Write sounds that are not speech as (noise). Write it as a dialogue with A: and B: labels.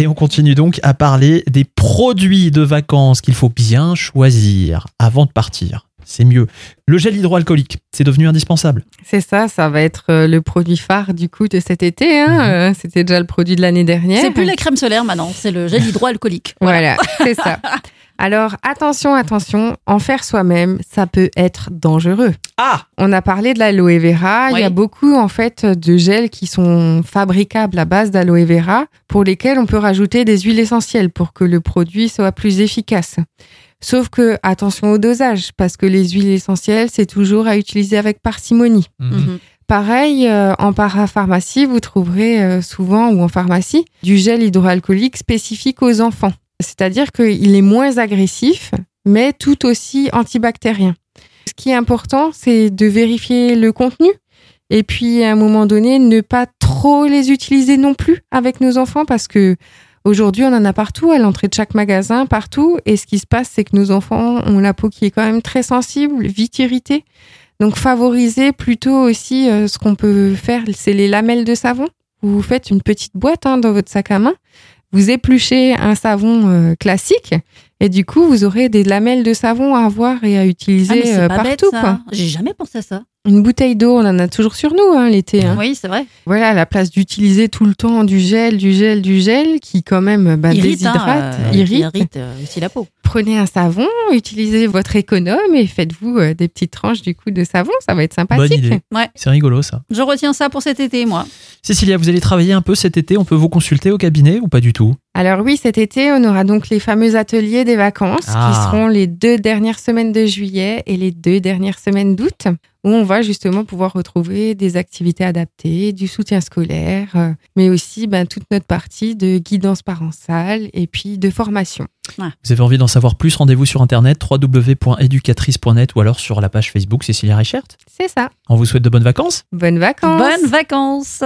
A: Et on continue donc à parler des produits de vacances qu'il faut bien choisir avant de partir. C'est mieux. Le gel hydroalcoolique, c'est devenu indispensable.
B: C'est ça, ça va être euh, le produit phare du coup de cet été. hein. Euh, C'était déjà le produit de l'année dernière.
C: Mhm. C'est plus la crème solaire maintenant, c'est le gel hydroalcoolique.
B: Voilà, (laughs) c'est ça. Alors attention, attention, en faire soi-même, ça peut être dangereux.
A: Ah
B: On a parlé de l'aloe vera. Il y a
C: Oui.
B: beaucoup en fait de gels qui sont fabricables à base d'aloe vera, pour lesquels on peut rajouter des huiles essentielles pour que le produit soit plus efficace. Sauf que attention au dosage, parce que les huiles essentielles, c'est toujours à utiliser avec parcimonie.
C: Mhm.
B: Pareil, euh, en parapharmacie, vous trouverez euh, souvent, ou en pharmacie, du gel hydroalcoolique spécifique aux enfants. C'est-à-dire qu'il est moins agressif, mais tout aussi antibactérien. Ce qui est important, c'est de vérifier le contenu. Et puis, à un moment donné, ne pas trop les utiliser non plus avec nos enfants parce que aujourd'hui, on en a partout, à l'entrée de chaque magasin, partout. Et ce qui se passe, c'est que nos enfants ont la peau qui est quand même très sensible, vite irritée. Donc favoriser plutôt aussi euh, ce qu'on peut faire, c'est les lamelles de savon. Vous faites une petite boîte hein, dans votre sac à main, vous épluchez un savon euh, classique et du coup vous aurez des lamelles de savon à avoir et à
C: Ah, mais
B: utiliser
C: c'est
B: euh,
C: pas bête
B: partout. quoi.
C: ça. J'ai jamais pensé à ça.
B: Une bouteille d'eau, on en a toujours sur nous hein, l'été. hein.
C: Oui, c'est vrai.
B: Voilà, à la place d'utiliser tout le temps du gel, du gel, du gel, qui quand même bah,
C: Irrite, hein,
B: déshydrate,
C: euh, qui
B: irrite.
C: euh, aussi la peau.
B: Prenez un savon, utilisez votre économe et faites-vous euh, des petites tranches du coup de savon, ça va être sympathique.
A: Bonne idée.
C: Ouais.
A: C'est rigolo ça.
C: Je retiens ça pour cet été, moi.
A: Cécilia, vous allez travailler un peu cet été, on peut vous consulter au cabinet ou pas du tout
B: Alors oui, cet été, on aura donc les fameux ateliers des vacances
A: Ah.
B: qui seront les deux dernières semaines de juillet et les deux dernières semaines d'août, où on va justement pouvoir retrouver des activités adaptées, du soutien scolaire, euh, mais aussi ben, toute notre partie de guidance parentale et puis de formation.
A: Vous avez envie d'en savoir plus, rendez-vous sur internet www.éducatrice.net ou alors sur la page Facebook Cécilia Reichert.
B: C'est ça.
A: On vous souhaite de bonnes vacances
B: Bonnes vacances.
C: Bonnes vacances